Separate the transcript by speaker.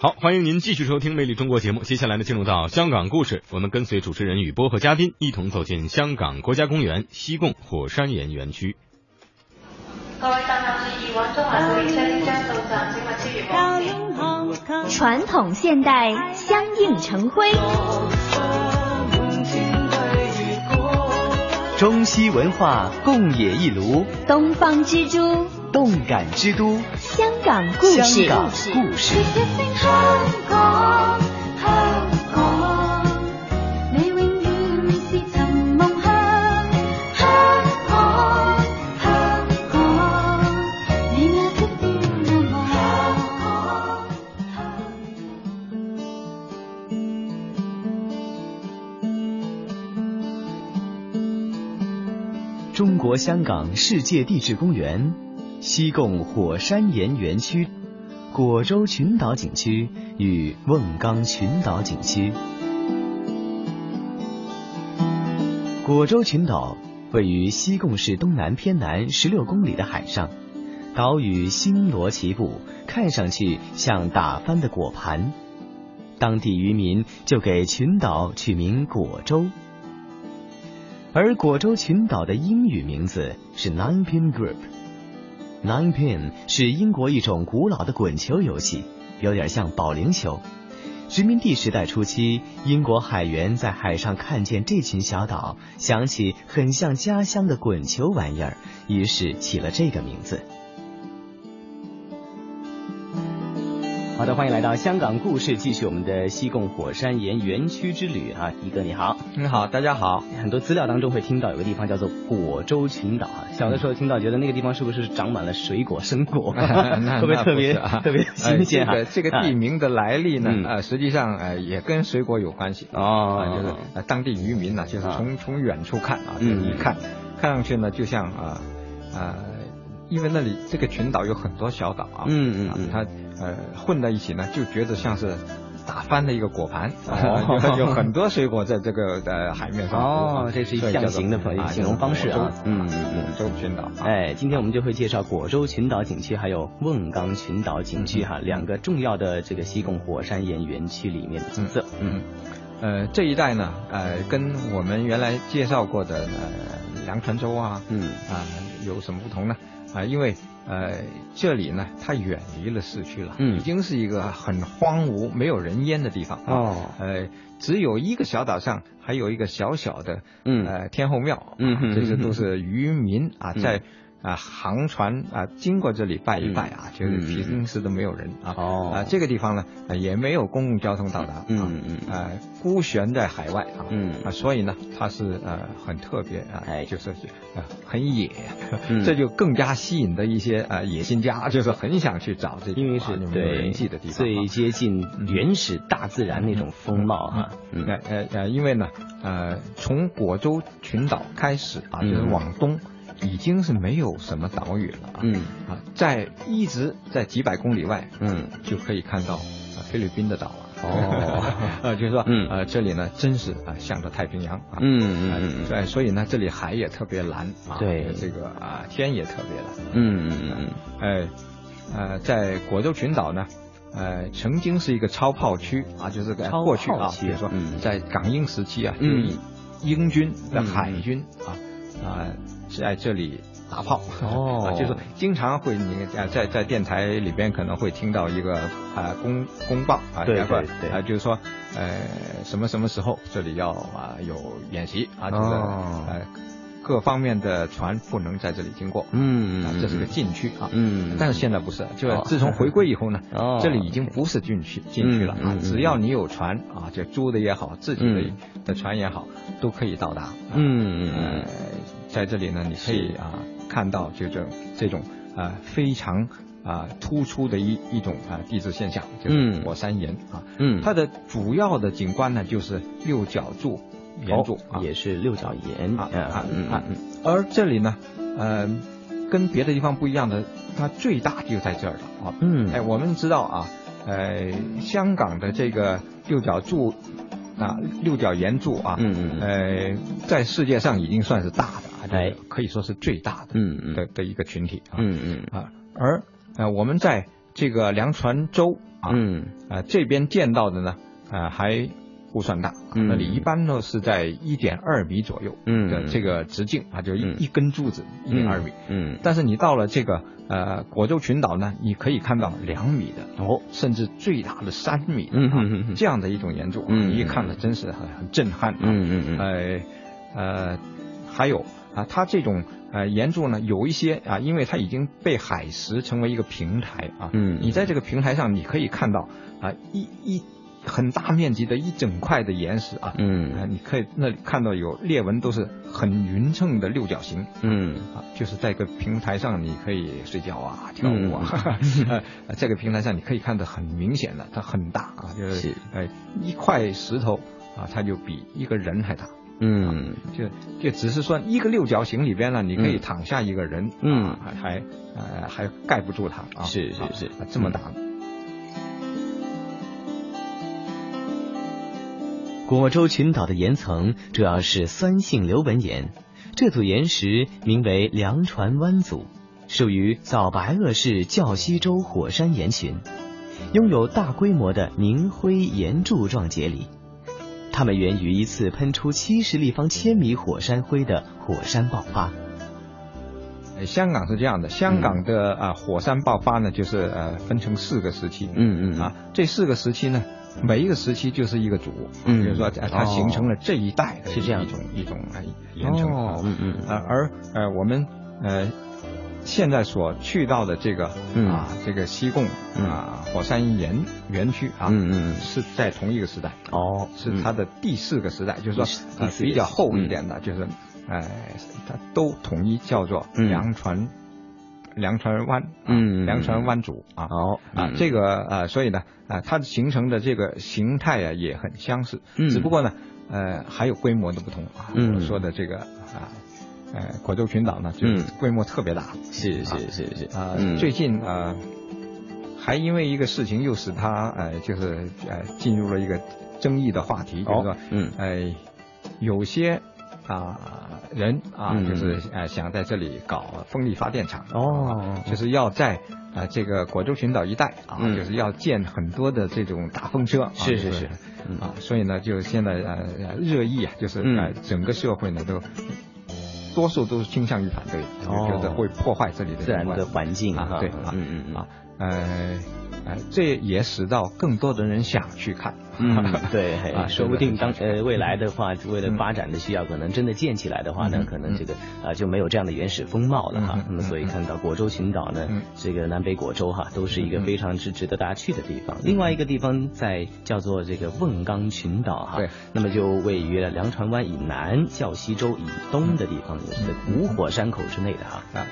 Speaker 1: 好，欢迎您继续收听《魅力中国》节目。接下来呢，进入到香港故事，我们跟随主持人雨波和嘉宾一同走进香港国家公园西贡火山岩园区。
Speaker 2: 各位乘客注意，往中环嘅列車即將到站，請勿超越黃線。
Speaker 3: 传统现代相映成辉，
Speaker 4: 中西文化共冶一炉，
Speaker 3: 东方之珠，
Speaker 4: 动感之都，
Speaker 3: 香港故
Speaker 4: 香
Speaker 3: 事。
Speaker 4: 港故事。中国香港世界地质公园、西贡火山岩园区、果洲群岛景区与瓮冈群岛景区。果洲群岛位于西贡市东南偏南十六公里的海上，岛屿星罗棋布，看上去像打翻的果盘。当地渔民就给群岛取名果洲。而果洲群岛的英语名字是 Nine Pin Group。Nine Pin 是英国一种古老的滚球游戏，有点像保龄球。殖民地时代初期，英国海员在海上看见这群小岛，想起很像家乡的滚球玩意儿，于是起了这个名字。好的，欢迎来到香港故事，继续我们的西贡火山岩园区之旅啊！一哥你好，
Speaker 5: 你好，大家好。
Speaker 4: 很多资料当中会听到有个地方叫做果洲群岛啊，小的时候听到觉得那个地方是不是长满了水果、生 果，
Speaker 5: 那
Speaker 4: 会不会特别
Speaker 5: 那不是啊
Speaker 4: 特别新鲜啊？
Speaker 5: 哎这个这个地
Speaker 4: 啊
Speaker 5: 名的来历呢
Speaker 4: 嗯，
Speaker 5: 呃，实际上呃也跟水果有关系啊，就是
Speaker 4: 哦，啊
Speaker 5: 呃当地渔民呢，就是从从远处看啊，
Speaker 4: 嗯
Speaker 5: 一看看上去呢，就像啊呃，因为那里这个群岛有很多小岛啊，
Speaker 4: 嗯嗯
Speaker 5: 啊
Speaker 4: 嗯
Speaker 5: 它呃混在一起呢，就觉得像是。打翻的一个果盘，啊
Speaker 4: 哦
Speaker 5: 有有很多水果在这个呃海面上。
Speaker 4: 哦这是一象形的朋友形容方式啊嗯
Speaker 5: 嗯
Speaker 4: 嗯嗯
Speaker 5: 嗯，这个群岛啊。
Speaker 4: 哎，今天我们就会介绍果洲群岛景区，还有瓮冈群岛景区
Speaker 5: 嗯
Speaker 4: 哈、两个重要的这个西贡火山岩园区里面的景色。嗯
Speaker 5: 嗯，呃，这一带呢，呃，跟我们原来介绍过的呃梁船洲啊，
Speaker 4: 嗯
Speaker 5: 啊、有什么不同呢？啊、因为呃这里呢，它远离了市区了，
Speaker 4: 嗯
Speaker 5: 已经是一个很荒芜、没有人烟的地方啊。
Speaker 4: 哦
Speaker 5: 呃，只有一个小岛上还有一个小小的
Speaker 4: 嗯
Speaker 5: 呃天后庙，
Speaker 4: 嗯哼
Speaker 5: 这些
Speaker 4: 嗯哼
Speaker 5: 都是渔民啊、
Speaker 4: 嗯
Speaker 5: 在。啊，航船啊，经过这里拜一拜啊，觉得
Speaker 4: 嗯
Speaker 5: 平时都没有人啊。
Speaker 4: 哦
Speaker 5: 啊，这个地方呢，呃也没有公共交通到达啊。
Speaker 4: 嗯嗯
Speaker 5: 呃，孤悬在海外啊，
Speaker 4: 嗯
Speaker 5: 啊，所以呢，它是呃很特别啊，
Speaker 4: 哎
Speaker 5: 就是呃很野
Speaker 4: 嗯，
Speaker 5: 这就更加吸引的一些呃野心家，就是很想去找这种
Speaker 4: 因为
Speaker 5: 啊
Speaker 4: 是
Speaker 5: 你们没有
Speaker 4: 对
Speaker 5: 人迹的地方啊
Speaker 4: 最接近原始大自然那种风貌哈、嗯
Speaker 5: 呃呃呃，因为呢，呃，从果洲群岛开始啊，就是
Speaker 4: 嗯
Speaker 5: 往东，已经是没有什么岛屿了啊，
Speaker 4: 嗯
Speaker 5: 啊，在一直在几百公里外，
Speaker 4: 嗯，
Speaker 5: 就可以看到呃菲律宾的岛了。
Speaker 4: 哦，
Speaker 5: 呃，就是说，
Speaker 4: 嗯
Speaker 5: 呃，这里呢，真是啊、向着太平洋啊，
Speaker 4: 嗯嗯嗯嗯
Speaker 5: 对，所以呢，这里海也特别蓝啊，
Speaker 4: 对
Speaker 5: 这个啊、天也特别蓝，
Speaker 4: 嗯嗯嗯
Speaker 5: 哎，呃，在果洲群岛呢，呃，曾经是一个超炮区啊，就是在
Speaker 4: 超
Speaker 5: 过去
Speaker 4: 炮
Speaker 5: 啊，
Speaker 4: 区
Speaker 5: 比如说
Speaker 4: 嗯
Speaker 5: 在港英时期啊，
Speaker 4: 嗯
Speaker 5: 就是英军的
Speaker 4: 嗯
Speaker 5: 海军啊啊、在这里打炮，
Speaker 4: 哦
Speaker 5: 啊就是说经常会你啊在在电台里边可能会听到一个啊、公公报啊，
Speaker 4: 对
Speaker 5: 然后
Speaker 4: 对对
Speaker 5: 啊就是说呃什么什么时候这里要啊有演习啊，就是、
Speaker 4: 哦
Speaker 5: 呃各方面的船不能在这里经过，
Speaker 4: 嗯
Speaker 5: 啊
Speaker 4: 嗯，
Speaker 5: 这是个禁区啊，
Speaker 4: 嗯
Speaker 5: 但是现在不是，就是
Speaker 4: 哦
Speaker 5: 自从回归以后呢，
Speaker 4: 哦
Speaker 5: 这里已经不是禁区禁区了
Speaker 4: 嗯
Speaker 5: 啊
Speaker 4: 嗯，
Speaker 5: 只要你有船啊，就租的也好，自己的
Speaker 4: 嗯
Speaker 5: 的船也好，都可以到达。啊
Speaker 4: 嗯嗯
Speaker 5: 呃
Speaker 4: 嗯，
Speaker 5: 在这里呢，你可以啊看到这种这种啊非常啊突出的一一种啊地质现象，就是
Speaker 4: 嗯
Speaker 5: 火山岩啊，
Speaker 4: 嗯，
Speaker 5: 它的主要的景观呢就是六角柱岩柱啊，
Speaker 4: 哦也是六角岩
Speaker 5: 啊啊
Speaker 4: 嗯
Speaker 5: 啊
Speaker 4: 嗯！
Speaker 5: 而这里呢，呃，跟别的地方不一样的，它最大就在这儿了啊。
Speaker 4: 嗯
Speaker 5: 哎，我们知道啊，呃，香港的这个六角柱啊，六角岩柱啊，
Speaker 4: 嗯嗯嗯
Speaker 5: 呃，在世界上已经算是大的啊，
Speaker 4: 哎
Speaker 5: 这个可以说是最大的，
Speaker 4: 嗯嗯
Speaker 5: 的的一个群体啊，
Speaker 4: 嗯嗯
Speaker 5: 啊，而呃，我们在这个梁船洲啊。
Speaker 4: 嗯
Speaker 5: 呃，这边见到的呢，呃，还不算大，
Speaker 4: 嗯
Speaker 5: 那里一般呢是在一点二米左右
Speaker 4: 嗯
Speaker 5: 的这个直径啊，就一、
Speaker 4: 嗯
Speaker 5: 一根柱子一点二米。
Speaker 4: 嗯
Speaker 5: 但是你到了这个呃果洲群岛呢，你可以看到两米的哦，甚至最大的三米的
Speaker 4: 嗯
Speaker 5: 啊
Speaker 4: 嗯嗯嗯
Speaker 5: 这样的一种岩柱，
Speaker 4: 嗯
Speaker 5: 你一看呢，真是很很震撼啊。
Speaker 4: 嗯嗯嗯
Speaker 5: 呃呃，还有啊，它这种呃岩柱呢，有一些啊，因为它已经被海蚀成为一个平台啊，
Speaker 4: 嗯
Speaker 5: 你在这个平台上，你可以看到啊一一很大面积的一整块的岩石啊，啊
Speaker 4: 嗯
Speaker 5: 你可以那里看到有裂纹，都是很匀称的六角形。
Speaker 4: 嗯
Speaker 5: 啊，就是在一个平台上，你可以睡觉啊、跳舞
Speaker 4: 嗯
Speaker 5: 啊， 呃，这个平台上你可以看得很明显的，它很大啊，就是是呃一块石头啊，它就比一个人还大，
Speaker 4: 嗯
Speaker 5: 就就只是说一个六角形里边呢，你可以
Speaker 4: 嗯
Speaker 5: 躺下一个人，
Speaker 4: 嗯
Speaker 5: 啊还还呃还盖不住它啊，
Speaker 4: 是是
Speaker 5: 啊
Speaker 4: 是嗯
Speaker 5: 啊这么大，
Speaker 4: 果洲群岛的岩层主要是酸性流纹岩，这组岩石名为梁船湾组，属于早白垩世较西周火山岩群，拥有大规模的凝灰岩柱状节理。它们源于一次喷出七十立方千米火山灰的火山爆发。
Speaker 5: 呃香港是这样的，香
Speaker 4: 嗯
Speaker 5: 港的啊、火山爆发呢，就是呃分成四个时期，
Speaker 4: 嗯
Speaker 5: 啊，这四个时期呢，每一个时期就是一个组，
Speaker 4: 嗯
Speaker 5: 就是说呃它
Speaker 4: 哦
Speaker 5: 形成了这一代的
Speaker 4: 是这样
Speaker 5: 一种一种呃岩层
Speaker 4: 哦
Speaker 5: 啊，
Speaker 4: 嗯嗯
Speaker 5: 呃而呃我们呃现在所去到的这个
Speaker 4: 嗯
Speaker 5: 啊这个西贡啊火山岩园区啊，
Speaker 4: 嗯嗯嗯
Speaker 5: 是在同一个时代，
Speaker 4: 哦
Speaker 5: 是它的第四个时代，
Speaker 4: 嗯
Speaker 5: 就是
Speaker 4: 第
Speaker 5: 说
Speaker 4: 四第
Speaker 5: 呃
Speaker 4: 四个
Speaker 5: 比较
Speaker 4: 时
Speaker 5: 厚
Speaker 4: 嗯
Speaker 5: 一点的，就是呃它都统一叫做
Speaker 4: 嗯
Speaker 5: 梁船梁船湾啊
Speaker 4: 嗯嗯嗯
Speaker 5: 梁船湾组啊
Speaker 4: 哦
Speaker 5: 啊，这个呃，所以呢，啊，它形成的这个形态啊也很相似，
Speaker 4: 嗯
Speaker 5: 只不过呢，呃，还有规模的不同啊。
Speaker 4: 嗯
Speaker 5: 我说的这个啊，呃，果洲群岛呢，就
Speaker 4: 嗯
Speaker 5: 是规模特别大
Speaker 4: 是是是是
Speaker 5: 啊。
Speaker 4: 嗯
Speaker 5: 最近啊，还因为一个事情又使它呃，就是呃，进入了一个争议的话题，就是说，
Speaker 4: 嗯
Speaker 5: 呃，有些啊。人啊，
Speaker 4: 嗯
Speaker 5: 就是呃，想在这里搞风力发电厂啊
Speaker 4: 哦
Speaker 5: 就是要在啊、呃这个果洲群岛一带啊，
Speaker 4: 嗯
Speaker 5: 就是要建很多的这种大风车啊，
Speaker 4: 是是
Speaker 5: 就是
Speaker 4: 嗯
Speaker 5: 啊，所以呢，就现在呃呃热议啊，就是
Speaker 4: 嗯
Speaker 5: 呃整个社会呢都多数都是倾向于反对，就
Speaker 4: 哦
Speaker 5: 觉得会破坏这里的
Speaker 4: 自然的
Speaker 5: 景观
Speaker 4: 环境
Speaker 5: 啊，对啊，
Speaker 4: 嗯嗯嗯
Speaker 5: 啊，呃呃，这也使到更多的人想去看，
Speaker 4: 嗯，对，
Speaker 5: 啊
Speaker 4: 说不定当
Speaker 5: 是的
Speaker 4: 呃未来的话，为了
Speaker 5: 嗯
Speaker 4: 发展的需要，可能真的建起来的话呢，
Speaker 5: 嗯
Speaker 4: 可能这个啊就没有这样的原始风貌了哈
Speaker 5: 嗯。
Speaker 4: 那么所以
Speaker 5: 嗯
Speaker 4: 看到果洲群岛呢
Speaker 5: 嗯，
Speaker 4: 这个南北果洲哈，都是一个
Speaker 5: 嗯
Speaker 4: 非常之值得大家去的地方。另外一个地方在叫做这个瓮冈群岛哈
Speaker 5: 对，
Speaker 4: 那么就位于
Speaker 5: 嗯
Speaker 4: 了凉船湾以南较西洲以东的地方，也是在五火山口之内的哈。
Speaker 5: 啊，